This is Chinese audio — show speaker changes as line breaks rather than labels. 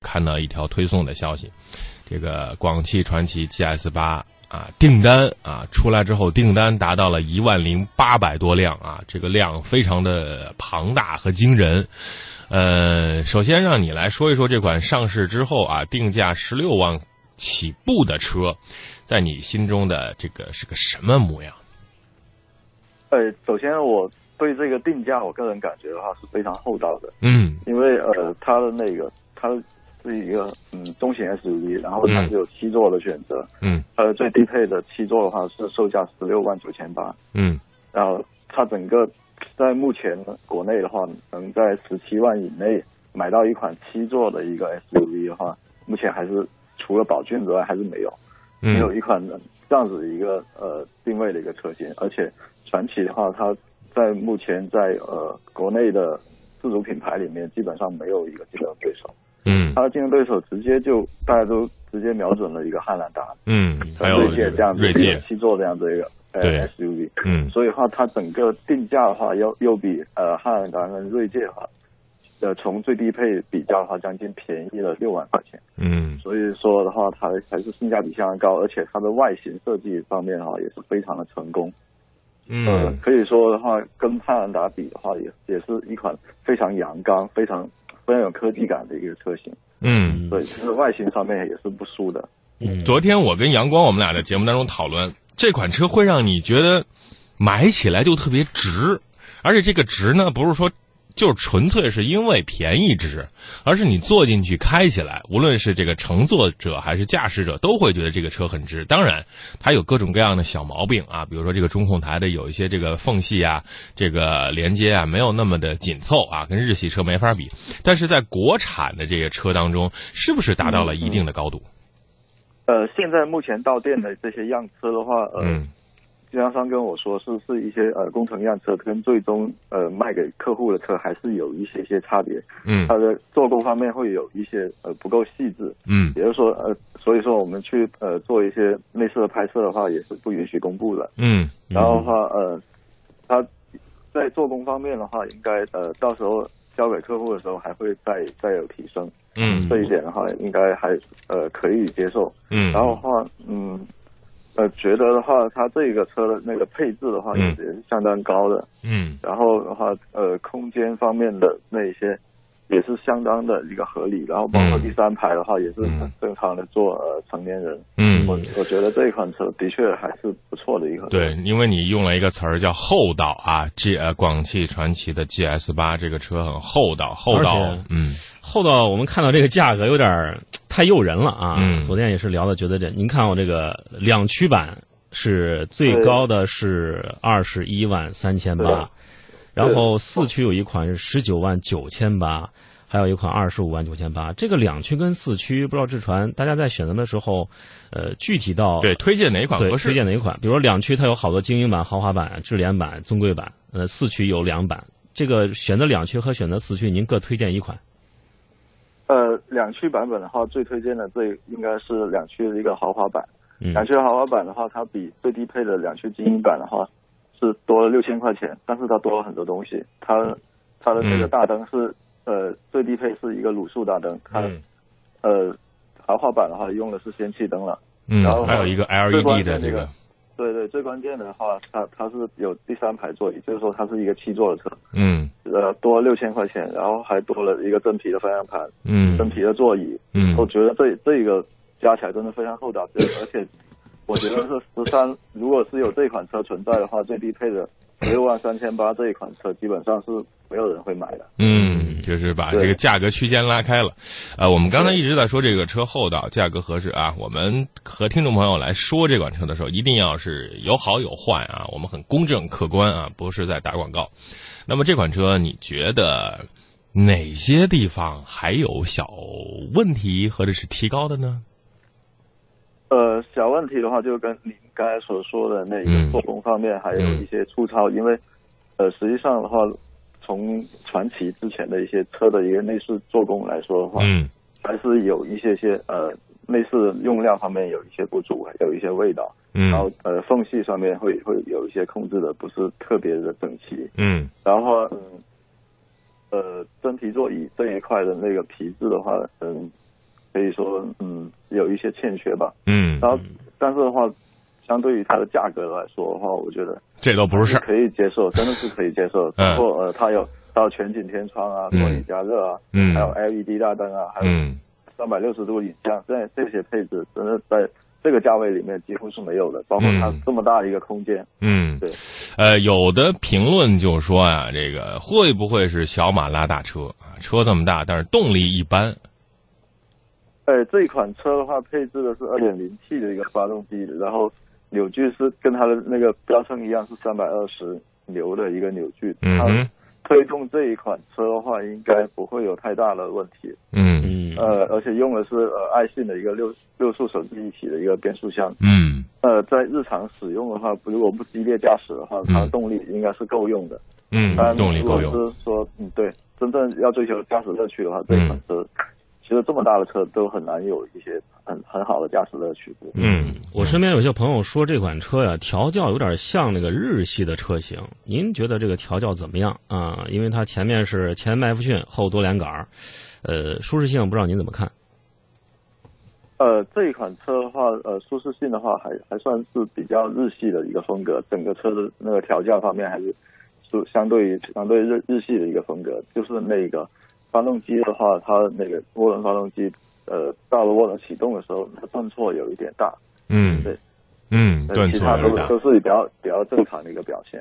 看到一条推送的消息，这个广汽传祺 GS 八啊，订单啊出来之后，订单达到了一万零八百多辆啊，这个量非常的庞大和惊人。呃，首先让你来说一说这款上市之后啊，定价十六万起步的车，在你心中的这个是个什么模样？
呃，首先我对这个定价，我个人感觉的话是非常厚道的，
嗯
因为呃，它的那个它是一个嗯中型 SUV，然后它
嗯
是有七座的选择，
嗯
呃，最低配的七座的话是售价十六万九千八，
嗯
然后它整个在目前国内的话，能在十七万以内买到一款七座的一个 SUV 的话，目前还是除了宝骏之外还是没有。没有
嗯
一款这样子一个呃定位的一个车型，而且传祺的话，它在目前在呃国内的自主品牌里面基本上没有一个竞争对手，
嗯
它的竞争对手直接就大家都直接瞄准了一个汉兰达、
嗯，还有
锐界这样子
锐
一个
界，
七座这样的一个
对
呃 SUV，
嗯
所以的话它整个定价的话要又比呃汉兰达跟锐界的话，呃从最低配比较的话将近便宜了六万块钱。
嗯
所以说的话，它还是性价比相当高，而且它的外形设计方面哈、也是非常的成功。呃
嗯，
可以说的话，跟汉兰达比的话，也也是一款非常阳刚、非常非常有科技感的一个车型。
嗯。
对，就是外形上面也是不输的。
嗯，
昨天我跟阳光我们俩在节目当中讨论，这款车会让你觉得买起来就特别值，而且这个值呢，不是说就是纯粹是因为便宜值，而是你坐进去开起来，无论是这个乘坐者还是驾驶者，都会觉得这个车很值。当然，它有各种各样的小毛病啊，比如说这个中控台的有一些这个缝隙啊，这个连接啊没有那么的紧凑啊，跟日系车没法比。但是在国产的这个车当中，是不是达到了一定的高度？
呃，现在目前到店的这些样车的话，呃，
嗯
经销商跟我说是是一些呃工程样车，跟最终呃卖给客户的车还是有一些些差别，
嗯
它的做工方面会有一些呃不够细致。
嗯
也就是说，呃，所以说我们去呃做一些类似的拍摄的话，也是不允许公布的。
嗯
然后的话，呃，它在做工方面的话，应该呃到时候交给客户的时候还会再再有提升，
嗯
这一点的话应该还呃可以接受。
嗯，
然后的话，嗯，呃，觉得的话，它这个车的那个配置的话
嗯
也也是相当高的。
嗯
然后的话，呃，空间方面的那一些也是相当的一个合理，然后包括
嗯
第三排的话也是
嗯
很正常的做呃成年人。
嗯
我我觉得这一款车的确还是不错的一款。
对，，因为你用了一个词儿叫厚道啊，G 呃广汽传祺的 GS 八这个车很厚道，厚道
而且，
嗯
后到我们看到这个价格有点儿太诱人了啊！
嗯
昨天也是聊的，觉得这您看我这个两驱版是最高的是二十一万三千八
对，
然后四驱有一款是十九万九千八，还有一款二十五万九千八。这个两驱跟四驱，不知道志传大家在选择的时候，呃，具体到
对，推荐哪一款
对
合
推
适？
荐哪一款？比如说两驱它有好多精英版、豪华版、智联版、尊贵版，呃，四驱有两版。这个选择两驱和选择四驱，您各推荐一款。
呃，两驱版本的话，最推荐的这应该是两驱的一个豪华版。
嗯，
两驱的豪华版的话，它比最低配的两驱精英版的话是多了六千块钱，但是它多了很多东西。它它的那个
嗯
大灯是、呃最低配是一个卤素大灯，它、
嗯
呃豪华版的话用的是氙气灯了。然后
嗯，还有一个
最关
LED
键
的这
这
个
个，对对，最关键的话，它它是有第三排座椅，就是说它是一个七座的车，
嗯
呃，多六千块钱，然后还多了一个真皮的方向盘，
嗯
真皮的座椅，
嗯
我觉得这这个加起来真的非常厚道，这而且我觉得是十三，如果是有这款车存在的话，最低配的十六万三千八这一款车基本上是没有人会买的。
嗯，就是把这个
对
价格区间拉开了。呃，我们刚才一直在说这个车厚道，价格合适啊。我们和听众朋友来说这款车的时候，一定要是有好有坏啊，我们很公正客观啊，不是在打广告。那么这款车，你觉得哪些地方还有小问题或者是提高的呢？
呃，小问题的话，就跟您刚才所说的那
嗯
个做工方面，还有
嗯
一些粗糙，因为呃，实际上的话，从传奇之前的一些车的一个内饰做工来说的话，
嗯
还是有一些些呃内饰用料方面有一些不足，有一些味道，
嗯
然后呃缝隙上面会会有一些控制的不是特别的整齐，
嗯
然后呃嗯呃真皮座椅这一块的那个皮质的话，嗯可以说嗯有一些欠缺吧。
嗯，
然后，但是的话，相对于它的价格来说的话，我觉得
这都不是事儿。
可以接受，真的是可以接受。
嗯
包括呃，它有它有全景天窗啊，
嗯
座椅加热啊，
嗯
还有 LED 大灯啊，还有
嗯
三百六十度影像，这这些配置真的在这个价位里面几乎是没有的。包括它
嗯
这么大的一个空间，
嗯
对，
呃，有的评论就说啊，这个会不会是小马拉大车？啊车这么大，但是动力一般。
呃，这一款车的话，配置的是二点零 T 的一个发动机，然后扭矩是跟它的那个标称一样，是三百二十牛的一个扭矩。
嗯
它
哼，
推动这一款车的话，应该不会有太大的问题。
嗯
嗯
呃，而且用的是呃爱信的一个六六速手自一体的一个变速箱。
嗯
呃，在日常使用的话，如果不激烈驾驶的话，它的动力应该是够用的。
嗯，
但
动力够
如
用。
果是说，嗯，对，真正要追求驾驶乐趣的话，这款车、
嗯
其实这么大的车都很难有一些很很好的驾驶乐趣。
嗯，
我身边有些朋友说这款车呀，调教有点像那个日系的车型。您觉得这个调教怎么样啊？因为它前面是前麦弗逊，后多连杆儿，呃，舒适性不知道您怎么看？
呃，这一款车的话，呃，舒适性的话还还算是比较日系的一个风格，整个车的那个调教方面还是就相对于相对日日系的一个风格，就是那个发动机的话，它那个涡轮发动机，呃，到了涡轮启动的时候，它顿挫有一点大，
嗯
对，
嗯，顿
其
挫
他
有
都
点大。
都是比较比较正常的一个表现。